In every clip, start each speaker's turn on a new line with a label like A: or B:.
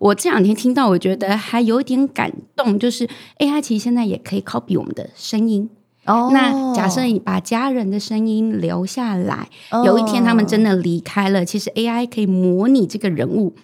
A: 我这两天听到，我觉得还有点感动，就是 AI 其实现在也可以 copy 我们的声音。
B: 哦
A: 那假设你把家人的声音留下来，
B: 哦
A: 有一天他们真
B: 的
A: 的离开了，其实 AI 可以模拟这个人物。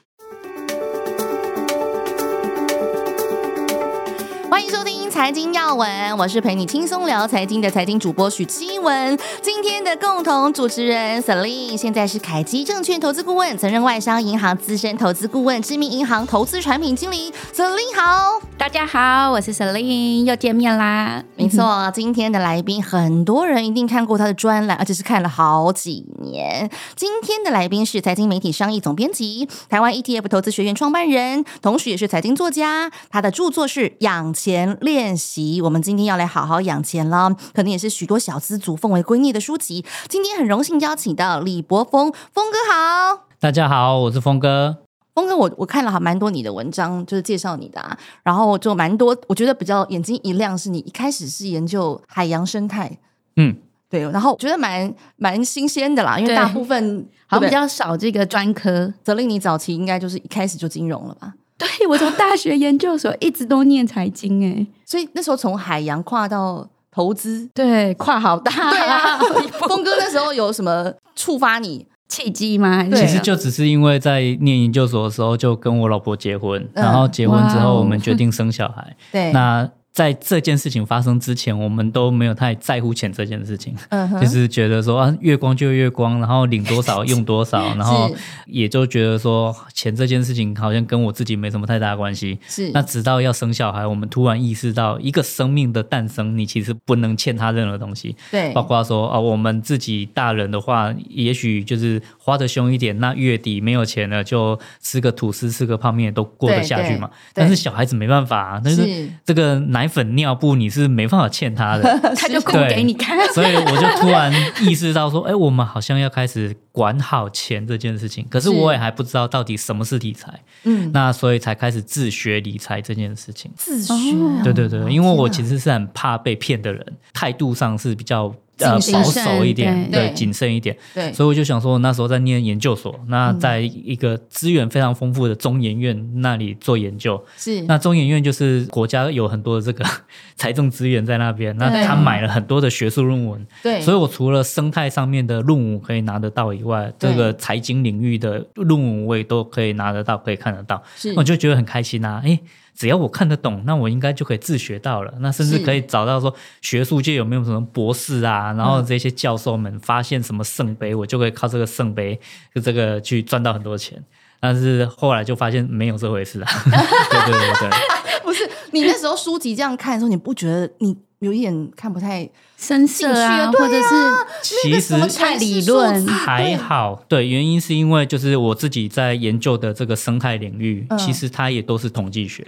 B: 欢迎收听财经要闻，我是陪你轻松聊财经的财经主播许七文。今天的共同主持人 Celine，现在是凯基证券投资顾问，曾任外商银行资深投资顾问、知名银行投资产品经理。Celine 好。
A: 大家好，我是 Celine，又见面啦。
B: 没错，今天的来宾很多人一定看过他的专栏，而且是看了好几年。今天的来宾是财经媒体商业总编辑、台湾 E ETF 投资学院创办人，同时也是财经作家。他的著作是《养钱练习》，我们今天要来好好养钱了，可能也是许多小资族奉为圭臬的书籍。今天很荣幸邀请到李博峰，峰哥好。
C: 大家好，我是峰哥。
B: 峰哥，我我看了还蛮多你的文章，就是介绍你的、啊，然后就蛮多，我觉得比较眼睛一亮是你一开始是研究海洋生态，
C: 嗯，
B: 对，然后我觉得蛮蛮新鲜的啦，因为
A: 对
B: 大部分
A: 好像比
B: 对不对
A: 较少这个专科。
B: 泽令你早期应该就是一开始就金融了吧，
A: 对我从大学研究所一直都念财经、哎，
B: 所以那时候从海洋跨到 投资，
A: 对，跨好大、
B: 对啊，峰哥那时候有什么触发你？
A: 契机吗？还是
B: 对啊
C: 其实就只是因为在念研究所的时候就跟我老婆结婚，
B: 嗯
C: 然后结婚之
A: 哇哦
C: 后我们决定生小孩。
B: 对，
C: 那在这件事情发生之前，我们都没有太在乎钱这件事情，
B: 嗯哼
C: 就是觉得说啊，月光就月光，然后领多少用多少，然后
B: 是
C: 也就觉得说钱这件事情好像跟我自己没什么太大的关系。
B: 是
C: 那直到要生小孩，我们突然意识到，一个生命的诞生，你其实不能欠他任何东西。
B: 对
C: 包括说啊、我们自己大人的话，也许就是花的凶一点，那月底没有钱了，就吃个吐司，吃个泡面都过得下去嘛。
B: 对对
C: 但是小孩子没办法、啊，但是
B: 是
C: 这个奶粉、尿布你是没办法欠他的，
A: 他就哭
C: 对
A: 给你看。
C: 所以我就突然意识到说，哎、我们好像要开始管好钱这件事情。可是
B: 是
C: 我也还不知道到底什么是理财，
B: 嗯
C: 那所以才开始自学理财这件事情。
B: 自学
A: 哦
B: 啊，
C: 对对对，因为
B: 天
C: 我
B: 哪
C: 其实是很怕被骗的人，态度上是比较呃
A: 谨
C: 保
A: 慎
C: 守一点，
A: 对
C: 对
B: 对
C: 谨慎一点，
B: 对嗯
C: 所以我就想说，那时候在念研究所，那在一个资源非常丰富的中研院那里做研究，
B: 是
C: 那中研院就是国家有很多的这个 财政资源在那边，
B: 对
C: 那他买了很多的学术论文，
B: 对，
C: 所以我除了生态上面的论文可以拿得到以外，
B: 对
C: 这个财经领域的论文我也都可以拿得到，可以看得到。
B: 是
C: 我就觉得很开心啊！诶，只要我看得懂，那我应该就可以自学到了。那甚至
B: 是
C: 可以找到说学术界有没有什么博士啊，然
B: 嗯
C: 后这些教授们发现什么圣杯，我就可以靠这个圣杯就这个去赚到很多钱。但是后来就发现没有这回 事啊！对对对对，
B: 不是你那时候书籍这样看的时候，你不觉得你有一点看不太
A: 深色啊，
B: 兴趣啊
A: 或者是
C: 其
B: 那
C: 实
B: 个什么
A: 太理论
B: 城市数字
C: 还
B: 对
C: 好，对，原因是因为就是我自己在研究的这个生态领域，
B: 嗯
C: 其实它也都是统计学。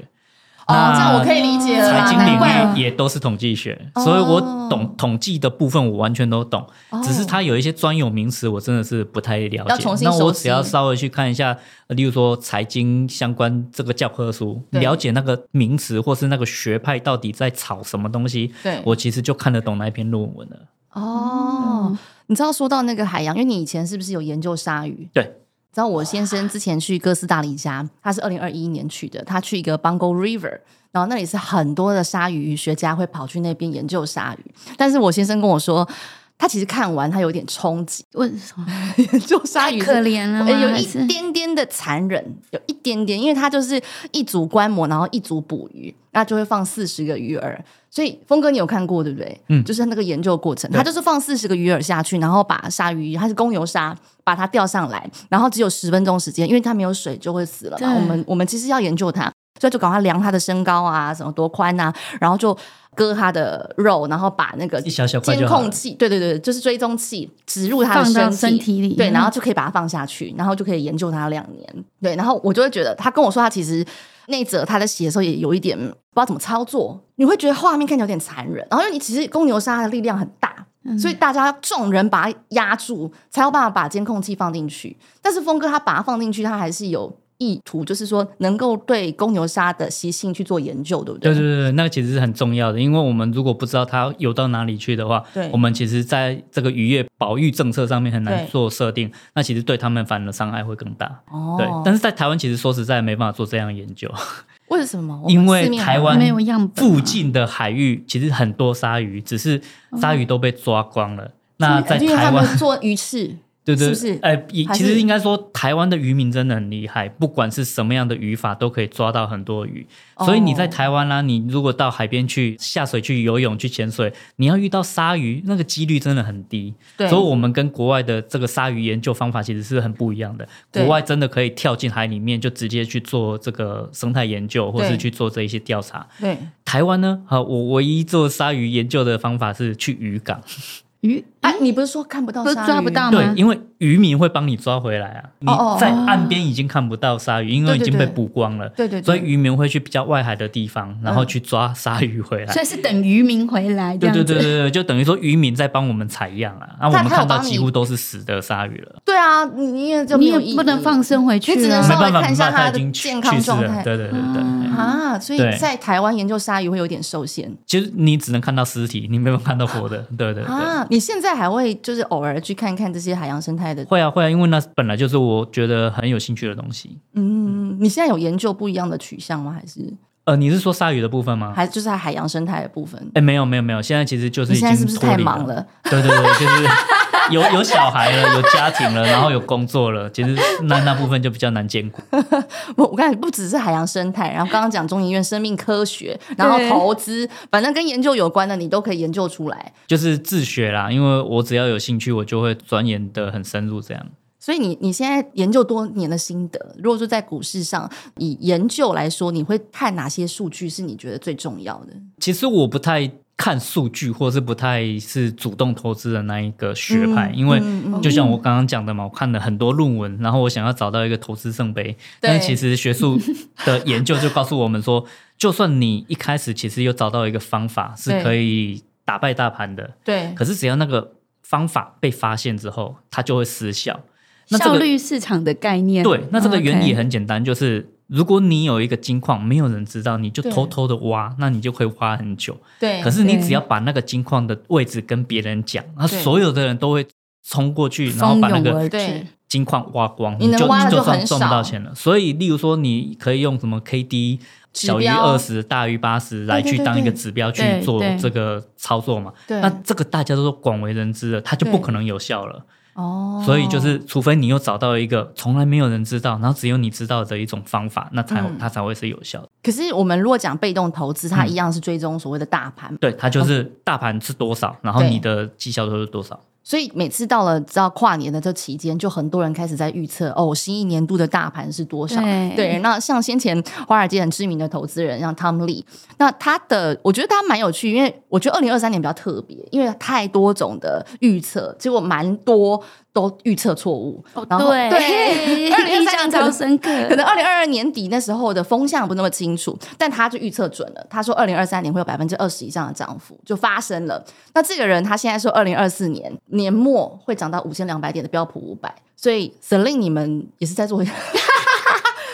B: 哦，
C: 那
B: 这样我可以理解了啦，
C: 财经
B: 啊难怪
C: 领域也都是统计学，
B: 哦
C: 所以我懂统计的部分我完全都懂，
B: 哦
C: 只是它有一些专有名词我真的是不太了
B: 要
C: 解
B: 重。新
C: 那我
B: 熟悉
C: 只要稍微去看一下，呃例如说财经相关这个教科书，
B: 对
C: 了解那个名词或是那个学派到底在炒什么东西，
B: 对
C: 我其实就看得懂那一篇论文了。
B: 哦。你知道说到那个海洋，因为你以前是不是有研究鲨鱼？
C: 对，
B: 知道我先生之前去哥斯达黎加，他是二零二一年去的，他去一个 Bongo River，然后那里是很多的鲨鱼学家会跑去那边研究鲨鱼。但是我先生跟我说，他其实看完他有点冲 击，
A: 问什么？
B: 研究鲨
A: 太
B: 鱼是
A: 可怜了吗？
B: 呃有
A: 还
B: 一
A: 是
B: 点点的残忍，有一点点，因为它就是一组观摩，然后一组捕鱼，那就会放四十个鱼饵。所以峰哥你有看过对不对？
C: 嗯
B: 就是那个研究过程，他就是放四十个鱼饵下去，然后把鲨鱼，它是公牛鲨，把它钓上来，然后只有十分钟时间，因为它没有水就会死了
A: 对
B: 嘛。我们我们其实要研究它，所以就赶快量它的身高啊，什么多宽啊，然后就。割它的肉，然后把那个
C: 一小小块
B: 监
C: 就好
B: 控
C: 了
B: 器，对对对，就是追踪器植入它的
A: 放到
B: 身
A: 身体里
B: 对，
A: 嗯
B: 然后就可以把它放下去，然后就可以研究它两年。对，然后我就会觉得，他跟我说他其实那一则他在写的时候也有一点不知道怎么操作，你会觉得画面看起来有点残忍，然后因为你其实公牛鲨的力量很大。所以大家众人把它压住，才有办法把监控器放进去。但是峰哥他把它放进去，他还是有意图，就是说能够对公牛鲨的习性去做研究，对不
C: 对
B: 对？
C: 对对对，那个其实是很重要的，因为我们如果不知道它游到哪里去的话，
B: 对
C: 我们其实在这个渔业保育政策上面很难
B: 对
C: 做设定，那其实对他们反而伤害会更大。
B: 哦，
C: 对，但是在台湾其实说实在没办法做这样的研究，
B: 为什么？我们
C: 因为
B: 四面
C: 台
B: 环
C: 湾
A: 没有样本啊
C: 附近的海域其实很多鲨鱼，只是鲨鱼都被抓光
B: 嗯
C: 了。那在
B: 因为呃他
C: 台湾
B: 们，做鱼翅，
C: 对对，
B: 是不是
C: 呃，也
B: 还
C: 其
B: 是
C: 实应该说，台湾的渔民真的很厉害，不管是什么样的渔法，都可以抓到很多鱼。所以你在
B: 哦
C: 台湾啦、你如果到海边去下水、去游泳、去潜水，你要遇到鲨鱼，那个几率真的很低。
B: 对，
C: 所以我们跟国外的这个鲨鱼研究方法其实是很不一样的。
B: 对
C: 国外真的可以跳进海里面，就直接去做这个生态研究，或
B: 对
C: 是去做这一些调查。
B: 对
C: 台湾呢，啊，我唯一做鲨鱼研究的方法是去渔港，
A: 鱼
B: 啊，你不是说看不到
A: 不是
B: 鲨鱼，
A: 抓不到
C: 对
A: 吗，？
C: 因为渔民会帮你抓回来啊。你
B: 哦哦
C: 在
B: 哦
C: 岸边已经看不到鲨鱼，因为
B: 对
C: 已
B: 对
C: 经被
B: 对嗯
C: 捕光了，
B: 对对对，
C: 所以渔民会去比较外海的地方，然后去抓鲨鱼回来。
A: 所以是等渔民回来这
C: 对
A: 样
C: 对
A: 子。
C: 对对对，就等于说渔民在帮我们采样啊，那、
B: 他他
C: 我们
B: 有
C: 看到
B: 帮你
C: 几乎都是死的鲨鱼了，
B: 对啊，你你也就
A: 你
B: 没有意
A: 也
B: 义
A: 不能放生回去、啊，
B: 你只能
C: 没
B: 稍微
C: 办法，
B: 看一下
C: 它
B: 它
C: 已
B: 的
C: 经去
B: 健康
C: 去世
B: 状
C: 了
B: 态
C: 对对对对，
A: 啊
B: 啊，所以
C: 对
B: 在台湾研究鲨鱼会有点受限
C: 其实你只能看到尸体，你没有看到 活的。对对对。
B: 啊。你现在还会就是偶尔去看看这些海洋生态的，
C: 会啊会啊，因为那本来就是我觉得很有兴趣的东西。
B: 嗯，你现在有研究不一样的取向吗？还是
C: 呃，你是说鲨鱼的部分吗？
B: 还就是在海洋生态的部分？
C: 哎，没有没有没有，现在其实就是
B: 你
C: 已
B: 现
C: 经
B: 在是不是
C: 脱
B: 太
C: 离
B: 忙
C: 了？
B: 了？
C: 对对对，就是 有有小孩了，有家庭了，然后有工作了，其实那那部分就比较难兼顾。
B: 我我刚才不只是海洋生态，然后刚刚讲中研院生命科学，然后
A: 对
B: 投资，反正跟研究有关的你都可以研究出来。
C: 就是自学啦，因为我只要有兴趣，我就会钻研的很深入这样。
B: 所以你你现在研究多年的心得，如果说在股市上以研究来说，你会看哪些数据是你觉得最重要的？
C: 其实我不太看数据，或是不太是主动投资的那一个学派，
B: 嗯
C: 因为
B: 嗯嗯
C: 就像我刚刚讲的嘛，我看了很多论文，然后我想要找到一个投资圣杯，但是其实学术的研究就告诉我们说，就算你一开始其实有找到一个方法
B: 对
C: 是可以打败大盘的，
B: 对
C: 可是只要那个方法被发现之后，它就会失效。那这
A: 效
C: 个
A: 率市场的概念。
C: 对，那这个原理
A: OK
C: 很简单，就是如果你有一个金矿，没有人知道，你就
B: 对
C: 偷偷的挖，那你就可以挖很久。
B: 对
C: 可是你只
A: 对
C: 要把那个金矿的位置跟别人讲，那
B: 对
C: 所有的人都会冲过去，然后
A: 蜂
C: 把那
A: 拥
C: 个
A: 而
B: 对
A: 至。
C: 金矿挖光，
B: 你
C: 你
B: 能
C: 就
B: 挖的
C: 你
B: 就
C: 就
B: 很
C: 赚赚不
B: 少
C: 到钱了。所以，例如说，你可以用什么 KD
B: 指
C: 小于
B: 标
C: 二十、大于八十来
B: 对
C: 去
B: 对
C: 当一
B: 对
C: 个指标去
A: 对
C: 做
A: 对
C: 这个操作嘛？
B: 对
C: 那这个大家都广为人知了，它就不
B: 对
C: 可能有效了。
B: 哦
C: 所以就是，除非你又找到一个从来没有人知道，然后只有你知道的一种方法，那才、
B: 嗯
C: 它才会是有效的。
B: 可是我们如果讲被动投资，它
C: 嗯
B: 一样是追踪所谓的大盘，
C: 对，它就是大盘是多少，然后
B: 哦对
C: 你的绩效都是多少。
B: 所以每次到了知道跨年的这期间，就很多人开始在预测哦，新一年度的大盘是多少。
A: 对
B: 那像先前华尔街很知名的投资人，像 Tom Lee，那他的我觉得他蛮有趣，因为我觉得二零二三年比较特别，因为太多种的预测，结果蛮多都预测错误。
A: 哦
B: 然后
A: 对
B: 对2023
A: 印象超深刻。
B: 可能二零二二年底那时候的风向不那么清楚，但他就预测准了。他说二零二三年会有百分之二十以上的涨幅，就发生了。那这个人他现在说二零二四年年末会涨到五千两百点的标普五百，所以 Celine 你们也是在 做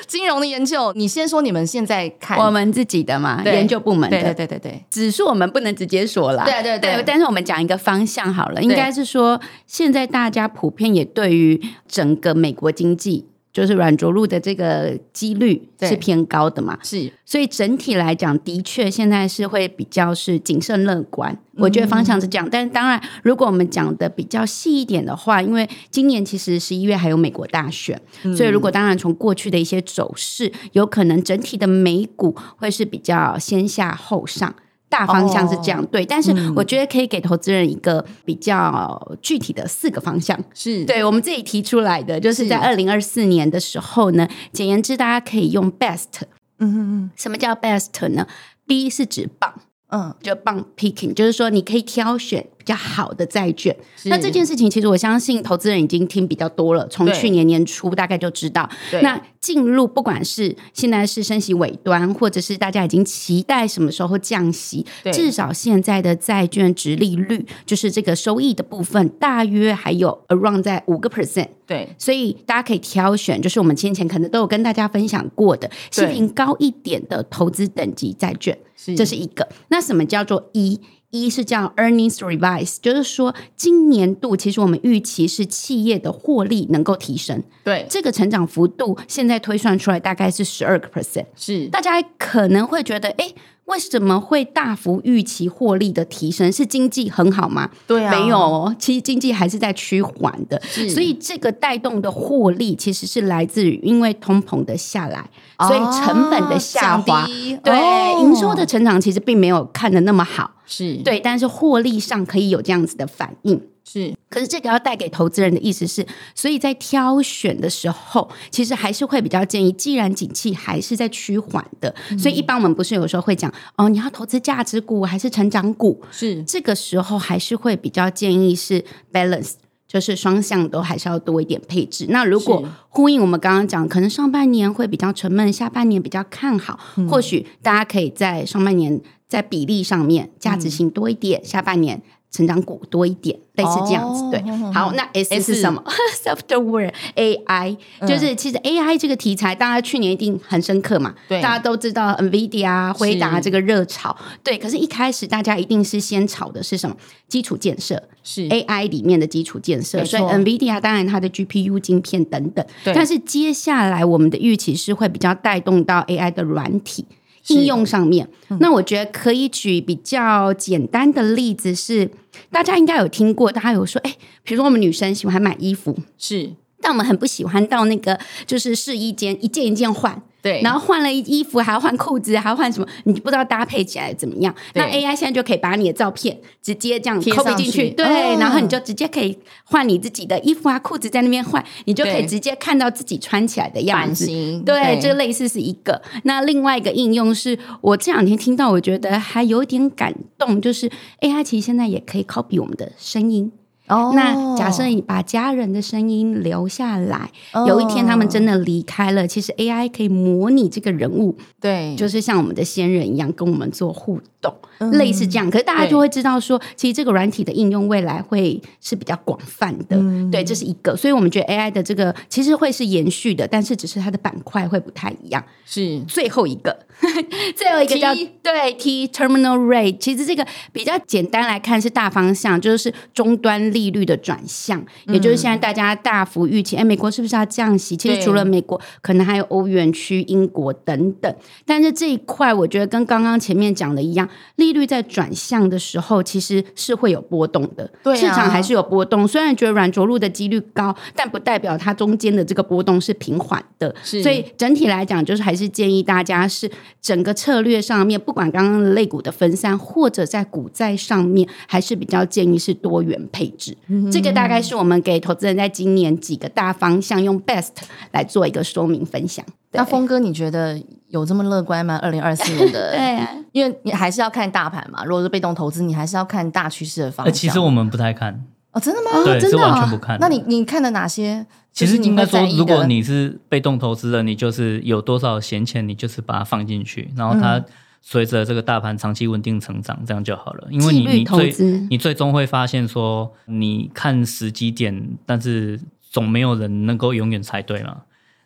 B: 金融的研究。你先说你们现在看，
A: 我们自己的嘛，
B: 对
A: 研究部门的
B: 对对对对对，
A: 指数我们不能直接说啦，
B: 对对对
A: 但是我们讲一个方向好了，应该是说现在大家普遍也对于整个美国经济就是软着陆的这个几率
B: 对
A: 是偏高的嘛，
B: 是
A: 所以整体来讲，的确现在是会比较是谨慎乐观，我觉得方向是这样。但当然，如果我们讲的比较细一点的话，因为今年其实十一月还有美国大选，所以如果当然从过去的一些走势，有可能整体的美股会是比较先下后上。大方向是这样、对，但是我觉得可以给投资人一个比较具体的四个方向。
B: 是，
A: 对我们自己提出来的，就是
B: 是
A: 在二零二四年的时候呢，简言之，大家可以用 best
B: 嗯嗯
A: 什么叫 best 呢？B 是指棒，
B: 嗯嗯，
A: 就棒 picking，就是说你可以挑选比较好的债券。
B: 是
A: 那这件事情，其实我相信投资人已经听比较多了，从
B: 对
A: 去年年初大概就知道。
B: 嗯对
A: 那进入不管是现在是升息尾端，或者是大家已经期待什么时候降息
B: 对，
A: 至少现在的债券值利率，就是这个收益的部分，大约还有 around 在五个 percent。
B: 对
A: 所以大家可以挑选，就是我们先前可能都有跟大家分享过的息
B: 对嗯
A: 平高一点的投资等级债券，
B: 是
A: 这是一个。那什么叫做一？一是叫 earnings revise，就是说今年度其实我们预期是企业的获利能够提升，
B: 对
A: 这个成长幅度现在推算出来大概是十二个 percent。
B: 是
A: 大家可能会觉得，诶，为什么会大幅预期获利的提升？是经济很好吗？
B: 对啊
A: 没有哦，其实经济还是在趋缓的，
B: 是
A: 所以这个带动的获利其实是来自于因为通膨的下来，所以成本的下滑。
B: 哦哦降低
A: 对、
B: 哦
A: 营收的成长其实并没有看的那么好，
B: 是
A: 对，但是获利上可以有这样子的反应。
B: 是
A: 可是这个要带给投资人的意思是，所以在挑选的时候，其实还是会比较建议，既然景气还是在趋缓的，
B: 嗯
A: 所以一般我们不是有时候会讲哦，你要投资价值股还是成长股？
B: 是
A: 这个时候还是会比较建议是 balance。就是双向都还是要多一点配置。那如果
B: 是
A: 呼应我们刚刚讲，可能上半年会比较沉闷，下半年比较看好，
B: 嗯
A: 或许大家可以在上半年在比例上面价
B: 嗯
A: 值型多一点，下半年成长股多一点，类似这样子。
B: 哦
A: 对，好，那 S
B: S 嗯
A: 是什么 ？Software AI，就是其实 AI 这个题材，大家去年一定很深刻嘛，
B: 对
A: 大家都知道 NVIDIA 啊、辉达
B: 是
A: 这个热潮，对。可是，一开始大家一定是先炒的是什么？基础建设
B: 是
A: ，AI 里面的基础建设。
B: 嗯没
A: 所以
B: 错
A: ，NVIDIA 当然它的 GPU 晶片等等，
B: 对
A: 但是接下来我们的预期是会比较带动到 AI 的软体。
B: 是嗯
A: 应用上面，那我觉得可以举比较简单的例子是，大家应该有听过，大家有说，哎、比如说我们女生喜欢买衣服，
B: 是，
A: 但我们很不喜欢到那个就是试衣间一件一件换，
B: 对，
A: 然后换了衣服，还要换裤子，还要换什么，你不知道搭配起来怎么样。
B: 对
A: 那 AI 现在就可以把你的照片直接这样
B: 贴
A: copy
B: 上去
A: 进去，对，
B: 哦
A: 然后你就直接可以换你自己的衣服啊、裤子在那边换，你就可
B: 对
A: 以直接看到自己穿起来的样
B: 版
A: 子。
B: 型
A: 对，这类似是一个。那另外一个应用是我这两天听到，我觉得还有点感动，就是 AI 其实现在也可以 copy 我们的声音。
B: 哦
A: 那假设你把家人的声音留下来，
B: 哦
A: 有一天他们真
B: 的
A: 的离开了，其实 AI 可以模拟这个人物，
B: 对，
A: 就是像我们的先人一样跟我们做互动，类似这样。可是大家
B: 嗯对
A: 就会知道说，其实这个软体的应用未来会是比较广泛的，
B: 嗯
A: 对，这是一个。所以我们觉得 AI 的这个其实会是延续的，但是只是它的板块会不太一样。
B: 是
A: 最后一个， 最后一个叫
B: T
A: 对 T terminal rate。其实这个比较简单来看是大方向，就是终端利率的转向，也就是现在大家大幅预期，哎，美国是不是要降息？其
B: 对
A: 实除了美国，可能还有欧元区、英国等等。但是这一块，我觉得跟刚刚前面讲的一样，利率在转向的时候，其实是会有波动的，
B: 对啊
A: 市场还是有波动。虽然觉得软着陆的几率高，但不代表它中间的这个波动是平缓的。
B: 是
A: 所以整体来讲，就是还是建议大家是整个策略上面，不管刚刚的类股的分散，或者在股债上面，还是比较建议是多元配置。这个大概是我们给投资人在今年几个大方向用 best 来做一个说明分享。对
B: 那峰哥，你觉得有这么乐观吗？二零二四年 的，
A: 对啊、
B: 因为你还是要看大盘嘛。如果是被动投资，你还是要看大趋势的方
C: 呃，
B: 向。
C: 其实我们不太看，
B: 哦，真的吗？
C: 对，
A: 真
C: 是
A: 的
C: 完全
A: 啊
C: 不看。
B: 那你你看了哪些？
C: 其
B: 就是
C: 实
B: 你
C: 应该
B: 会在
C: 说，
B: 意
C: 如果
B: 的
C: 你是被动投资人，你就是有多少闲钱，你就是把它放进去，然后
B: 嗯
C: 它随着这个大盘长期稳定成长，这样就好了。因为
A: 纪
C: 你
A: 律
C: 你
A: 投
C: 最
A: 资
C: 你最终会发现说，你看时机点，但是总没有人能够永远猜对嘛。
B: 哦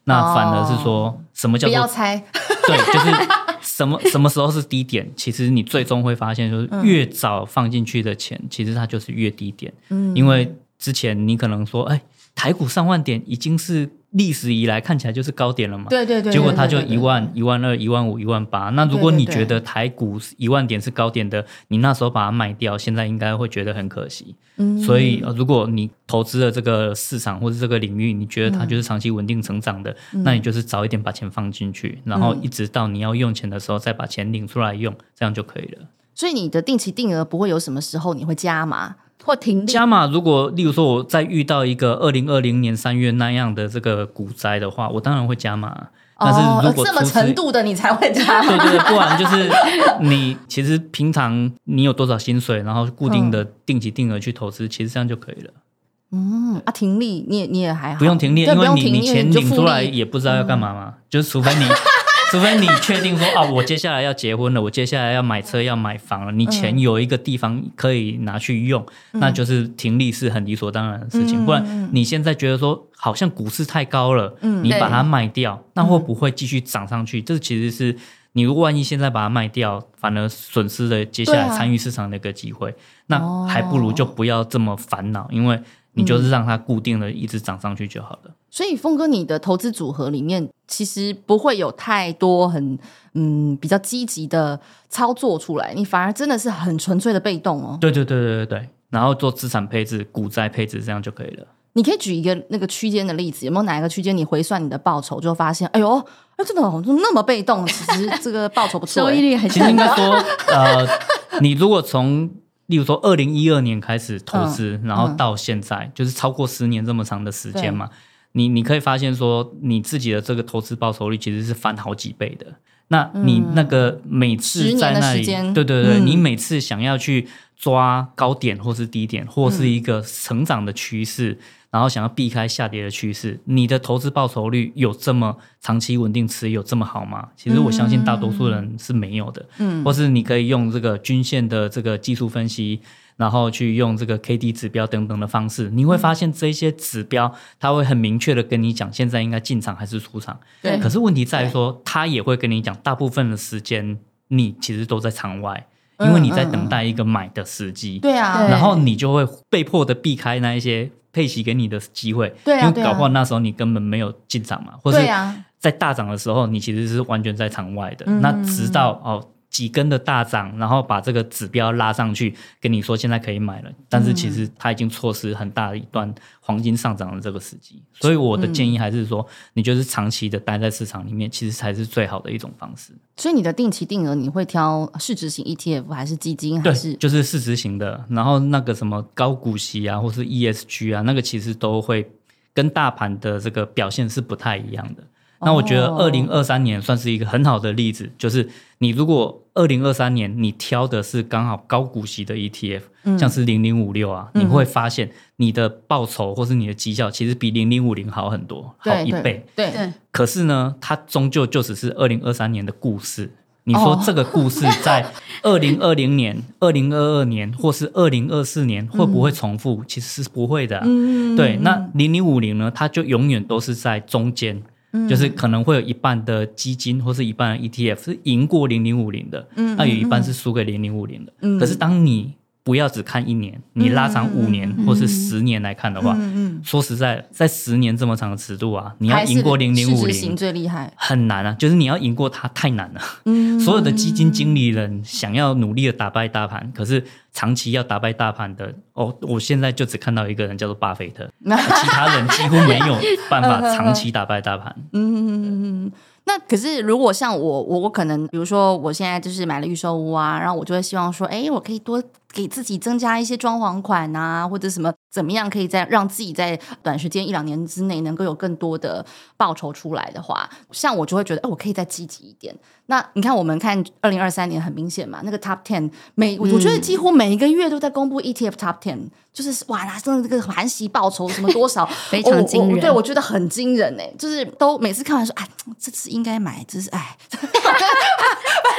C: 那反而是说什么叫
B: 不要
C: 做
B: 猜，
C: 对，就是什么什么时候是低点？其实你最终会发现，就是越早放进去的钱，其实它就是越低点。嗯，因为之前你可能说，哎，台股上万点已经是历史以来看起来就是高点了嘛。
B: 对对对，
C: 结果
B: 对
C: 它就一，
B: 对对
C: 万、一万二、一万五、一万八。那如果
B: 对对
C: 你
B: 对
C: 觉得台股一万点是高点的，你那时候把它卖掉，现在应该会觉得很可惜。
B: 嗯
C: 所以，呃如果你投资了这个市场或者这个领域，你觉
B: 嗯
C: 得它就是长期稳定成长的，那你就是早一点把钱放进去，然
B: 嗯
C: 后一直到你要用钱的时候再把钱领出来用，这样就可以了。
B: 所以你的定期定额不会有什么时候你会加码，
A: 或停利。
C: 加码，如果例如说我再遇到一个二零二零年三月那样的这个股灾的话，我当然会加码。啊但是
B: 哦
C: 如，果
B: 这么
C: 出资
B: 程度的你才会差吗？
C: 对对对，不然就是你其实平常你有多少薪水，然后固定的定期定额去投资，其实这样就可以了，
B: 嗯啊，停利你也你也还好，
C: 不用停利，
B: 对
C: 因
B: 不
C: 为
B: 用
C: 你
B: 停
C: 你
B: 利，
C: 钱
B: 就
C: 领
B: 复
C: 出来
B: 利。嗯
C: 也不知道要干嘛嘛，就是除非你除非你确定说啊，我接下来要结婚了，我接下来要买车要买房了，
B: 嗯
C: 你钱有一个地方可以拿去用，那就是停利是很理所当然的
B: 嗯
C: 事情，不然你现在觉得说好像股市太高了，
B: 嗯
C: 你把它卖掉，那会不会继续涨上去？这其实是你如果万一现在把它卖掉，反而损失了接下来
B: 对啊
C: 参与市场的一个机会，那还不如就不要这么烦恼，因为你就是让它固定的一直涨上去就好了。
B: 所以峰哥，你的投资组合里面其实不会有太多很嗯比较积极的操作出来，你反而真的是很纯粹的被动哦。
C: 对对对对对对，然后做资产配置、股债配置这样就可以了。
B: 你可以举一个那个区间的例子，有没有哪一个区间你回算你的报酬就发现，哎呦，哎真的哦怎么那么被动，其实这个报酬不错、
A: 收益
B: 哎
A: 率很
C: 其实应该说，呃，你如果从例如说二零一二年开始投资，然后到现在、就是超过十年这么长的时间嘛，你你可以发现说，你自己的这个投资报酬率其实是翻好几倍的。那你那个每次
B: 嗯10年
C: 在那
B: 的时
C: 里，
B: 间
C: 对对对，
B: 嗯
C: 你每次想要去抓高点或是低点，或是一个成长的趋势，然后想要避开下跌的趋势，你的投资报酬率有这么长期稳定持有这么好吗？其实我相信大多数人是没有的。嗯，或是你可以用这个均线的这个技术分析，然后去用这个 K D 指标等等的方式，你会发现这些指标它会很明确的跟你讲现在应该进场还是出场。
A: 对
C: 可是问题在于说，它也会跟你讲，大部分的时间你其实都在场外，因为你在等待一个买的时机。
B: 对啊，
A: 对
C: 然后你就会被迫的避开那一些配息给你的机会，
B: 对啊
C: 因
B: 对
C: 为
B: 啊
C: 搞不好那时候你根本没有进场嘛，或是
B: 对啊，
C: 在大涨的时候，你其实是完全在场外的。那直到哦几根的大涨，然后把这个指标拉上去，跟你说现在可以买了，但是其实它已经错失很大一段黄金上涨的这个时机。所以我的建议还是说，你就是长期的待在市场里面，其实才是最好的一种方式。
B: 所以你的定期定额你会挑市值型 ETF 还是基金还
C: 对，
B: 是？
C: 就是市值型的，然后那个什么高股息啊，或是 ESG 啊，那个其实都会跟大盘的这个表现是不太一样的。那我觉得
B: 哦
C: 二零二三年算是一个很好的例子，就是你如果二零二三年你挑的是刚好高股息的 ETF，、像
B: 嗯
C: 是零零五六啊，你会发现你的报酬或是你的绩效其实比零零五零好很多，好
B: 对
C: 一
B: 对
C: 倍。
B: 对
A: 对
C: 可是呢，它终究就只是二零二三年的故事。你说这个故事在二零二零年、二零二二年或是二零二四年会不会重复？其实是不会的啊、对，那零零五零呢，它就永远都是在中间。就是可能会有一半的基金或是一半的 ETF 是赢过零零五零的，那有一半是输给零零五零的。可是当你不要只看一年，你拉长五年或是十年来看的
B: 嗯
C: 话，说实在，在十年这么长的尺度啊，你要
B: 还是
C: 赢过零零五
B: 市值
C: 零
B: 型，最厉害。
C: 很难啊，就是你要赢过它太难了。
B: 嗯
C: 所有的基金经理人想要努力的打败大盘，可是长期要打败大盘的，哦，我现在就只看到一个人叫做巴菲 特，其他人几乎没有办法长期打败大盘。
B: 那可是，如果像我，我我可能，比如说，我现在就是买了预售屋啊，然后我就会希望说，哎，我可以多给自己增加一些装潢款啊，或者什么怎么样，可以在让自己在短时间一两年之内能够有更多的报酬出来的话，像我就会觉得，哎，我可以再积极一点。那你看，我们看二零二三年很明显嘛，那个 Top Ten 每我
A: 嗯
B: 觉得几乎每一个月都在公布 ETF Top Ten，就是哇，那真的这个含息报酬什么多 少，哦
A: 非常惊
B: 我我
A: 人
B: 对，我觉得很惊人哎、就是都每次看完说，哎，这次应该买，这是哎。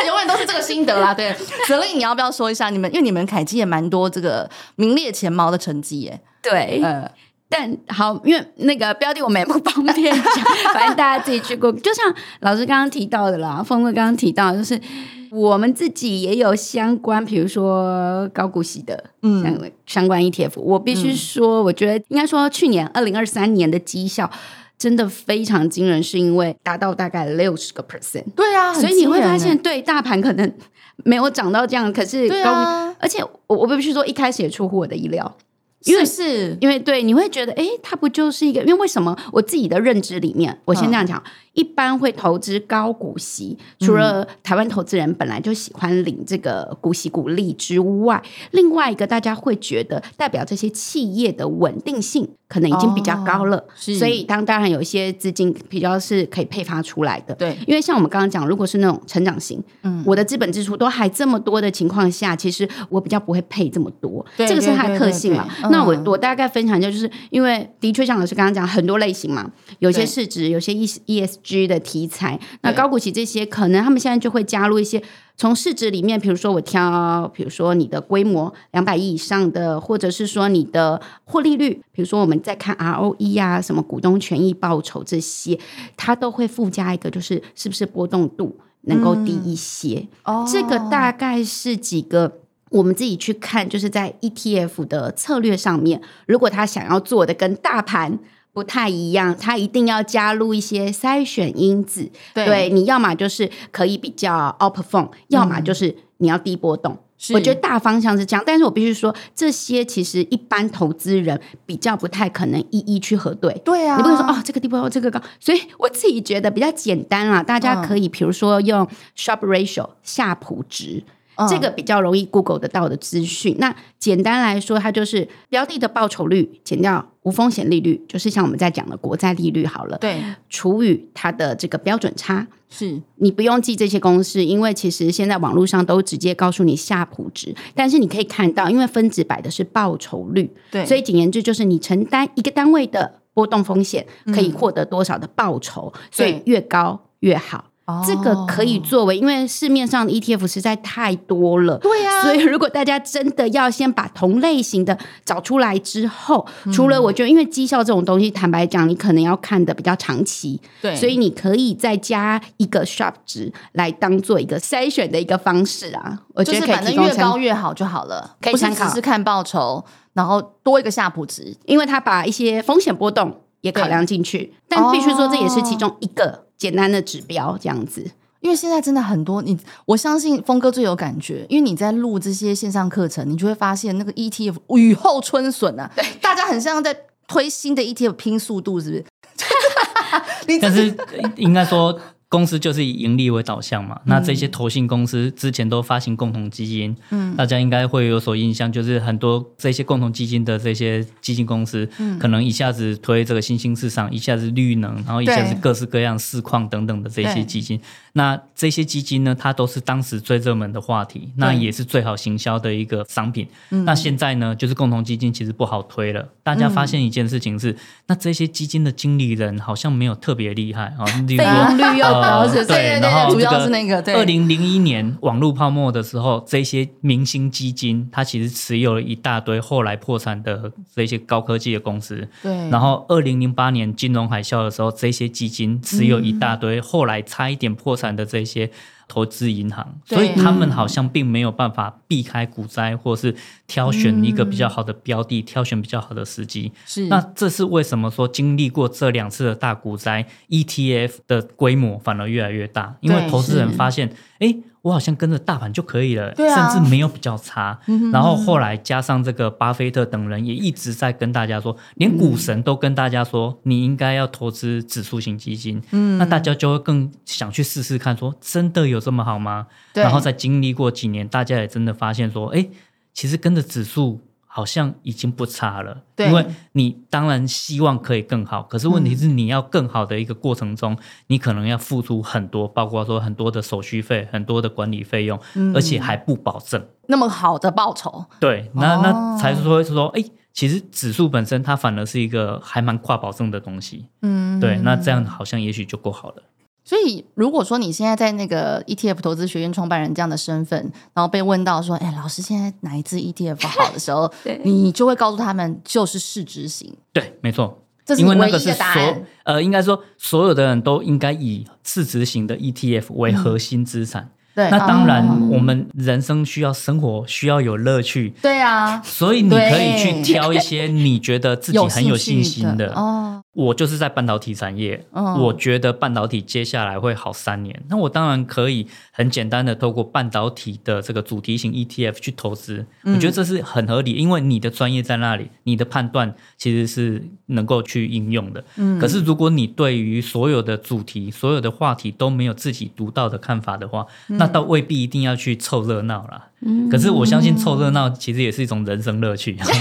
B: 永远都是这个心得啦，对。泽令，你要不要说一下你们？因为你们凯基也蛮多这个名列前茅的成绩耶。
A: 对，
B: 呃，
A: 但好，因为那个标的我们也不方便讲，反正大家自己去过。就像老师刚刚提到的啦，峰哥刚刚提到，就是我们自己也有相关，比如说高股息的，嗯，相关 ETF。我必须说，我觉得应该说去年二零二三年的绩效真的非常惊人，是因为达到大概六十个 percent。
B: 对啊，
A: 所以你会发现，，对大盘可能没有涨到这样，可是
B: 对
A: 高，
B: 啊
A: 而且我我必须说，一开始也出乎我的意料，
B: 因为是
A: 因为对你会觉得，诶，它不就是一个？因为为什么我自己的认知里面，我先这样讲、一般会投资高股息，除
B: 嗯
A: 了台湾投资人本来就喜欢领这个股息股利之外，另外一个大家会觉得代表这些企业的稳定性可能已经比较高了，
B: 哦是
A: 所以当当然有一些资金比较是可以配发出来的。
B: 对，
A: 因为像我们刚刚讲，如果是那种成长型，
B: 嗯
A: 我的资本支出都还这么多的情况下，其实我比较不会配这么多，
B: 对
A: 这个是它的特性了
B: 对对对。对
A: 那我、
B: 嗯
A: 我大概分享一下，就是因为的确像老师刚刚讲，很多类型嘛，有些
B: 对
A: 市值，有些 E E S G 的题材，那高股息这些，可能他们现在就会加入一些。从市值里面，比如说我挑，比如说你的规模两百亿以上的，或者是说你的获利率，比如说我们在看 ROE 啊，什么股东权益报酬这些，它都会附加一个，就是是不是波动度能够低一些。
B: 哦
A: 这个大概是几个我们自己去看，就是在 ETF 的策略上面，如果他想要做的跟大盘。不太一样，他一定要加入一些筛选因子。
B: 对嗯
A: 你要么就是可以比较 outperform，要么就是你要低波动。我觉得大方向是这样，但是我必须说，这些其实一般投资人比较不太可能一一去核对。
B: 对啊，
A: 你不能说哦，这个低波动，这个高，所以我自己觉得比较简单啦。大家可以比如说用 Sharp Ratio 夏普值，
B: 嗯
A: 这个比较容易 Google 得到的资讯。那简单来说，它就是标的的报酬率减掉无风险利率，就是像我们在讲的国债利率好了，
B: 对
A: 除以它的这个标准差。
B: 是
A: 你不用记这些公式，因为其实现在网络上都直接告诉你夏普值，但是你可以看到，因为分值摆的是报酬率，
B: 对，
A: 所以简言之，就是你承担一个单位的波动风险，
B: 嗯
A: 可以获得多少的报酬，所以越高越好。
B: 哦
A: 这个可以作为，因为市面上的 ETF 实在太多了。
B: 对啊，
A: 所以，如果大家真的要先把同类型的找出来之后，
B: 嗯
A: 除了我觉得，因为绩效这种东西，坦白讲，你可能要看的比较长期，
B: 对，
A: 所以你可以再加一个 sharp 值来当做一个筛选的一个方式啊。我觉
B: 就
A: 得可
B: 是
A: 以
B: 反
A: 提
B: 正
A: 供
B: 越
A: 参考
B: 高越好就好了，
A: 可以
B: 不是
A: 参考
B: 只是看报酬，然后多一个夏普值，
A: 因为他把一些风险波动也考量进去，但必须说这也
B: 哦
A: 是其中一个简单的指标，这样子。
B: 因为现在真的很多，你我相信峰哥最有感觉，因为你在录这些线上课程，你就会发现那个 ETF 雨后春笋啊，大家很像在推新的 ETF 拼速度， 是不是？ 你
C: 但
B: 自己
C: 是呃应该说，公司就是以盈利为导向嘛。那这
B: 嗯
C: 些投信公司之前都发行共同基金，嗯，大家应该会有所印象，就是很多这些共同基金的这些基金公司，
B: 嗯
C: 可能一下子推这个新兴市场，一下子绿能，然后一下子
B: 对
C: 各式各样市况等等的这
B: 对
C: 些基金。那这些基金呢，它都是当时最热门的话题，那也是最好行销的一个商品。
B: 嗯
C: 那现在呢，就是共同基金其实不好推了。大家
B: 嗯
C: 发现一件事情是，那这些基金的经理人好像没有特别厉害啊，例如
A: 备
C: 说
A: 用率又高
C: 呃
A: 是不是
B: 对对
C: 对，
B: 对
C: 然后
B: 主要是那个对
C: 二零零一年网络泡沫的时候，这些明星基金它其实持有了一大堆后来破产的这些高科技的公司，
B: 对，
C: 然后二零零八年金融海啸的时候，这些基金持有一大堆后来差一点破产的这些投资银行，
B: 对
C: 所以他们好像并没有办法避开股灾，或是挑选一个比较好的标的，挑选比较好的时机。
B: 是
C: 那这是为什么说经历过这两次的大股灾，ETF 的规模反而越来越大？因为
B: 对
C: 投资人
B: 是
C: 发现，哎，我好像跟着大盘就可以了，
B: 对啊嗯
C: 甚至没有比较差。然后后来加上这个巴菲特等人也一直在跟大家说，连股神都跟大家说，你应该要投资指数型基金。嗯，那大家就会更想去试试看说，真的有这么好吗？
B: 对
C: 然后在经历过几年，大家也真的发现说，哎，其实跟着指数好像已经不差了。
B: 对
C: 因为你当然希望可以更好，可是问题是你要更好的一个过程中，你可能要付出很多，包括说很多的手续费、很多的管理费用，
B: 嗯
C: 而且还不保证。
B: 那么好的报酬，
C: 对，那、
B: 哦
C: 那才是说是说，哎、其实指数本身它反而是一个还蛮跨保证的东西。
B: 嗯，
C: 对，那这样好像也许就够好了。
B: 所以，如果说你现在在那个 ETF 投资学院创办人这样的身份，然后被问到说：“哎，老师，现在哪一支 E ETF 好的时 候
A: 对，
B: 你就会告诉他们就是市值型，
C: 对，没错。
B: 这是
C: 因
B: 你
C: 为那
B: 唯
C: 个
B: 一
C: 是
B: 的答案
C: 所。E 呃，应该说所有的人都应该以市值型的 ETF 为核心资产。
B: 嗯对
C: 那当然
B: 哦，
C: 我们人生需要生活，需要有乐趣，
B: 对啊，
C: 所以你可以去挑一些你觉得自己很有信心
B: 有
C: 的。
B: 哦，
C: 我就是在半导体产业，
B: 嗯
C: 我觉得半导体接下来会好三年，那我当然可以很简单的透过半导体的这个主题型 ETF 去投资，我觉得这是很合理，因为你的专业在那里，你的判断其实是能够去应用的。嗯，可是如果你对于所有的主题、所有的话题都没有自己独到的看法的话，那倒未必一定要去凑热闹啦。
B: 嗯
C: 可是我相信凑热闹其实也是一种人生 乐趣，比如说，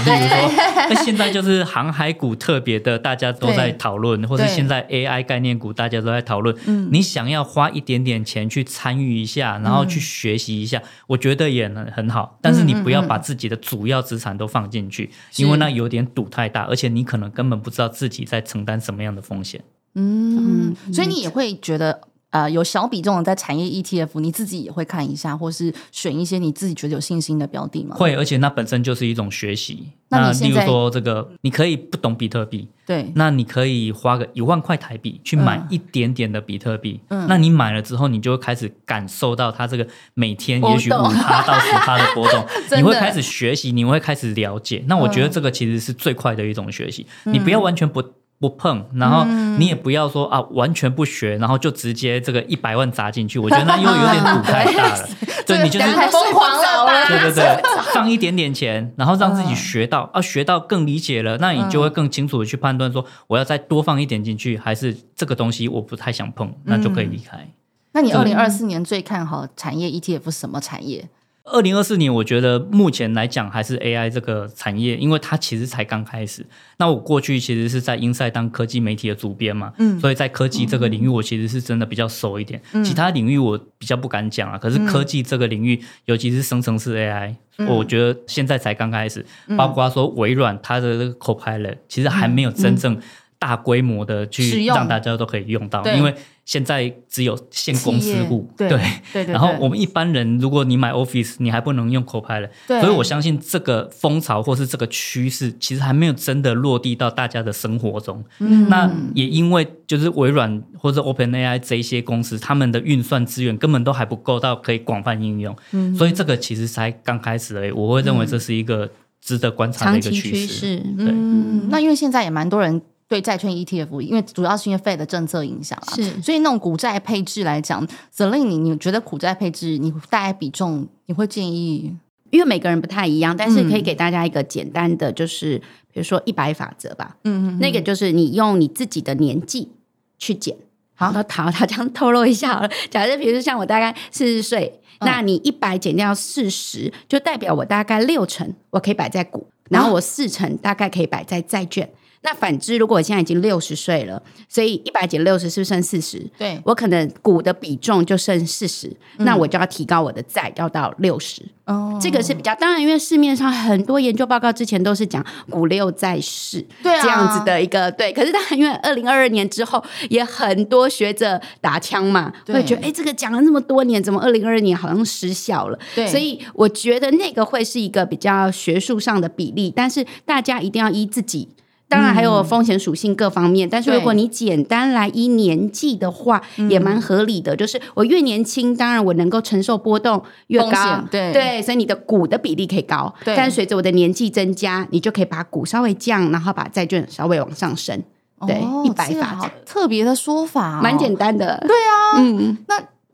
C: 那现在就是航海股特别的，大家都在
B: 对
C: 讨论，或者
B: 对嗯
C: 现在 AI 概念股大家都在讨论。你想要花一点点钱去参与一下，然后去学习一下，我觉得也很很好。但是你不要把自己的主要资产都放进
B: 嗯
C: 去，因为那有点赌太大，而且你可能根本不知道自己在承担什么样的风险。
B: 嗯，所以你也会觉得。呃，有小比这种在产业 ETF，你自己也会看一下，或是选一些你自己觉得有信心的标的吗？
C: 会，而且那本身就是一种学习。
B: 嗯那
C: 那
B: 你
C: 例
B: 现
C: 如
B: 在
C: 说这个，你可以不懂比特币，
B: 对，
C: 那你可以花个一万块台币去买
B: 嗯
C: 一点点的比特币，那你买了之后，你就会开始感受到它这个每天
B: 波
C: 也许五
B: 动，
C: 趴到十趴的波动
B: 真的嗯
C: 你会开始学习，你会开始了解。那我觉得这个其实是最快的一种学习，你不要完全不。不碰，然后
B: 嗯
C: 你也不要说啊，完全不学，然后就直接这个一百万砸进去，我觉得那又有点赌太大 了。对你就是
B: 这个太疯狂了吧？
C: 对对对，放一点点钱，然后让自己学到、啊，学到更理解了，那你就会更清楚的去判断说，我要再多放一点进去，还是这个东西我不太想碰，那就可以离开。
B: 那你二零二四年最看好产业 ETF 是什么产业？
C: 二零二四年，我觉得目前来讲还是 AI 这个产业，因为它其实才刚开始。那我过去其实是在英赛当科技媒体的主编嘛，嗯，所以在科技这个领域，我其实是真的比较熟一点。
B: 嗯
C: 其他领域我比较不敢讲啊，可是科技这个领域，尤其是生成式 AI，、我
B: 嗯
C: 觉得现在才刚开始。包括说微软它的这个 Copilot，其实还没有真正大规模的
B: 嗯使
C: 去
B: 用
C: 让大家都可以用到，
B: 对
C: 因为现在只有限公司户，
B: 企业对
C: 对
B: 对对
C: 然后
B: 对
C: 我们一般人，如果你买 Office，你还不能用 Copilot，
B: 对
C: 所以我相信这个风潮或是这个趋势，其实还没有真的落地到大家的生活中。
B: 嗯
A: 嗯
C: 那也因为就是微软或者 OpenAI 这一些公司，他们的运算资源根本都还不够到可以广泛应用，所以这个其实才刚开始而已。我会认为这是一个值得观察
A: 长
C: 的一个
A: 期趋
C: 趋势。
A: 势。
C: 对，
B: 嗯，那因为现在也蛮多人对债券 E ETF，因为主要是因为 Fed 的政策影响啊，
A: 是
B: 所以那种股债配置来讲 c e l i n e 你觉得股债配置你大概比重，你会建议
A: 因为每个人不太一样，但是
B: 嗯
A: 可以给大家一个简单的，就是、比如说一百法则吧。嗯，那个就是你用你自己的年纪去减。好，那 好，他这样透露一下好了。假设比如说像我大概四十岁，那你一百减掉四十，就代表我大概六成我可以摆在股，然后我四成大概可以摆在债券。那反之，如果我现在已经六十岁了，所以一百减六十是不是剩四十？
B: 对
A: 我可能股的比重就剩四十、那我就要提高我的债，要到六十。
B: 哦，
A: 这个是比较当然，因为市面上很多研究报告之前都是讲股六在市，
B: 对啊
A: 这样子的一个对。可是当然，因为二零二二年之后，也很多学者打枪嘛，
B: 对
A: 会觉得哎，诶这个讲了那么多年，怎么二零二二年好像失效了？
B: 对
A: 所以我觉得那个会是一个比较学术上的比例，但是大家一定要依自己。当然还有风险属性各方面，但是如果
B: 对嗯
A: 你简单来依年纪的话，也蛮合理的。就是我越年轻，当然我能够承受波动越
B: 风
A: 高
B: 险，对
A: 对，所以你的股的比例可以高，
B: 对
A: 但随着我的年纪增加，你就可以把股稍微降，然后把债券稍微往上升，对，
B: 哦
A: 一百
B: 这个
A: 法
B: 好
A: 则，
B: 特别的说法、哦
A: 蛮简。单的，对啊，嗯，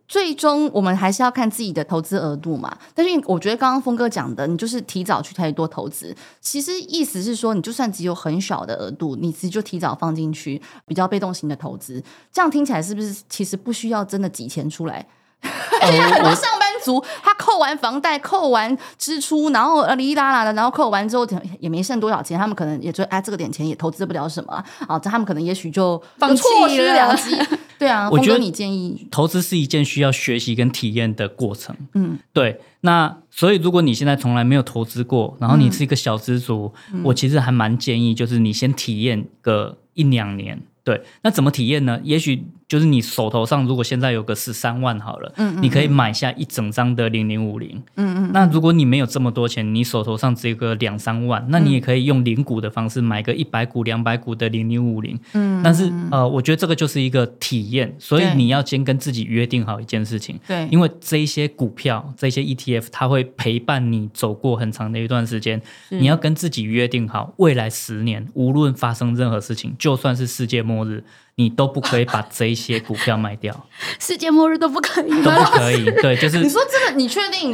B: 最终我们还是要看自己的投资额度嘛。但是我觉得刚刚峰哥讲的，你就是提早去太多投资，其实意思是说，你就算只有很小的额度，你其实就提早放进去比较被动型的投资。这样听起来是不是其实不需要真的挤钱出来？很多上班族，他扣完房贷、扣完支出，然后呃哩哩啦啦的，然后扣完之后也没剩多少钱，他们可能也就哎这个点钱也投资不了什么啊，啊这他们可能也许就
A: 放弃
B: 错失
A: 了
B: 良机。对啊，
C: 我
B: 峰
C: 觉
B: 哥，
C: 得
B: 你建议
C: 投资是一件需要学习跟体验的过程。嗯，对。那所以，如果你现在从来没有投资过，然后你是一个小资族，我其实还蛮建议，就是你先体验个一两年。对，那怎么体验呢？也许就是你手头上如果现在有个十三万好了，你可以买下一整张的零零五零，嗯嗯嗯。那如果你没有这么多钱，你手头上只有个两三万，那你也可以用零股的方式买个一百股、两百股的零零五零，嗯。但是呃，我觉得这个就是一个体验，所以
B: 对
C: 你要先跟自己约定好一件事情，
B: 对
C: 因为这一些股票、这一些 ETF，它会陪伴你走过很长的一段时间。你要跟自己约定好，未来十年无论发生任何事情，就算是世界末日，你都不可以把这一些股票卖 掉，
A: 世界末日都不可以
C: 都不
A: 吗？
C: 可以。对，就是
B: 你说呃这个，你确定？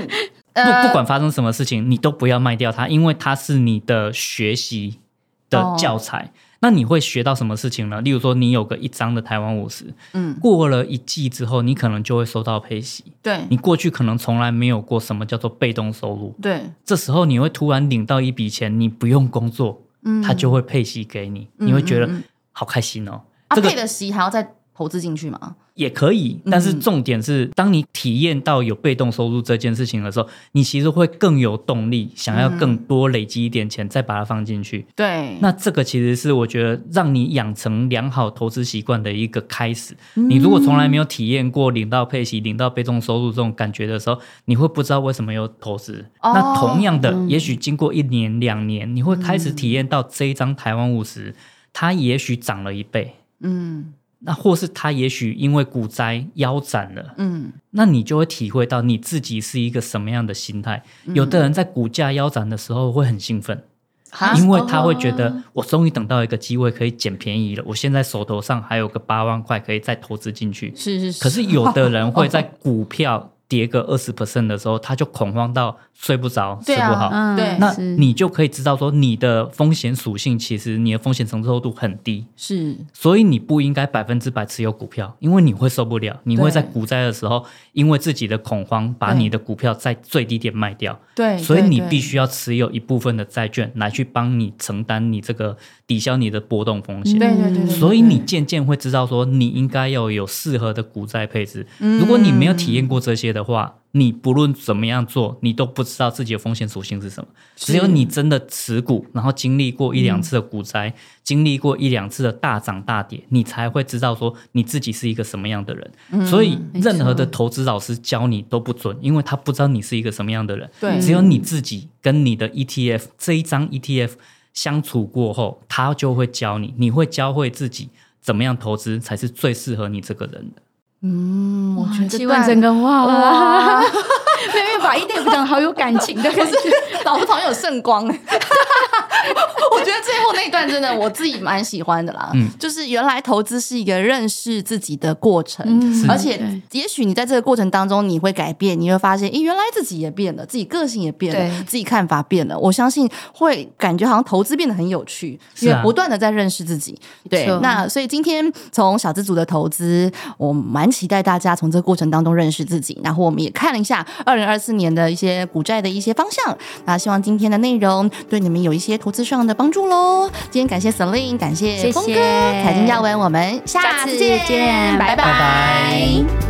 C: 不不管发生什么事情，你都不要卖掉它，因为它是你的学习
B: 哦
C: 的教材。那你会学到什么事情呢？例如说，你有个一张的台湾五十，
B: 嗯，
C: 过了一季之后，你可能就会收到配息。
B: 对
C: 你过去可能从来没有过什么叫做被动收入，
B: 对，
C: 这时候你会突然领到一笔钱，你不用工作，
B: 嗯
C: 它就会配息给你，你会觉得好开心哦。
B: 啊，
C: 这个
B: 配的息还要再投资进去吗？
C: 也可以，但是重点是，当你体验到有被动收入这件事情的时候，你其实会更有动力，想要更多累积一点钱，再把它放进去。
B: 对，
C: 那这个其实是我觉得让你养成良好投资习惯的一个开始。你如果从来没有体验过领到配息、领到被动收入这种感觉的时候，你会不知道为什么有投资。
B: 哦
C: 那同样的，也许经过一年、两年，你会开始体验到这一张台湾五十，它也许涨了一倍。
B: 嗯
C: 那或是它也许因为股灾腰斩了，
B: 嗯，
C: 那你就会体会到你自己是一个什么样的心态。有的人在股价腰斩的时候会很兴奋，
B: 哈
C: 因为
B: 哦
C: 他会觉得我终于等到一个机会可以捡便宜了，我现在手头上还有个八万块可以再投资进去。
B: 是是是，
C: 可是有的人会在股票跌个二十 percent 的时候，他就恐慌到睡不着、
B: 对
C: 睡不
B: 啊
C: 好。
A: 嗯，
B: 对
C: 那
A: 是
C: 你就可以知道说，你的风险属性其实你的风险承受度很低，
B: 是
C: 所以你不应该百分之百持有股票，因为你会受不了，你会在股灾的时候，因为自己的恐慌，把
B: 对
C: 你的股票在最低点卖掉。
B: 对，
C: 所以
B: 对
C: 你
B: 对
C: 必须要持有一部分的债券来去帮你承担你这个抵消你的波动风险。
B: 对对对对，对
C: 所以你渐渐会知道说，你应该要有适合的股债配置。
B: 嗯
C: 如果你没有体验过这些的话，你不论怎么样做，你都不知道自己的风险属性是什么。只有你真的持股，然后经历过一两次的股灾，经历过一两次的大涨大跌，你才会知道说你自己是一个什么样的人。
B: 嗯
C: 所以任何的投资老师教你都不准，因为他不知道你是一个什么样的人。
B: 对
C: 只有你自己跟你的 ETF 这一张 ETF 相处过后，他就会教你，你会教会自己怎么样投资才是最适合你这个人的。
B: 嗯，我觉得
A: 气
B: 段
A: 问整个 哇
B: 哇
A: 哇，妹妹把一点讲得好有感情的感 觉，
B: 老师好像有圣光哎、 我觉得最后那一段真的我自己蛮喜欢的啦，
C: 嗯
B: 就是原来投资是一个认识自己的过程，
A: 嗯
B: 而且
A: 对
B: 也许你在这个过程当中你会改变，你会发现，诶，原来自己也变了，自己个性也变了
A: 对，
B: 自己看法变了。我相信会感觉好像投资变得很有趣，
C: 是
B: 因
C: 啊
B: 为不断的在认识自己。对
A: 错，
B: 那所以今天从小资族的投资，我蛮期待大家从这个过程当中认识自己，然后我们也看了一下二零二四年的一些股债的一些方向。那希望今天的内容对你们有一些投资上的帮助喽。今天感谢 Celine，感谢
A: 谢谢
B: 峰哥，财经要闻，我们下
A: 下
B: 次
A: 次
B: 见，
A: 见
B: 拜
A: 拜
C: 拜
B: 拜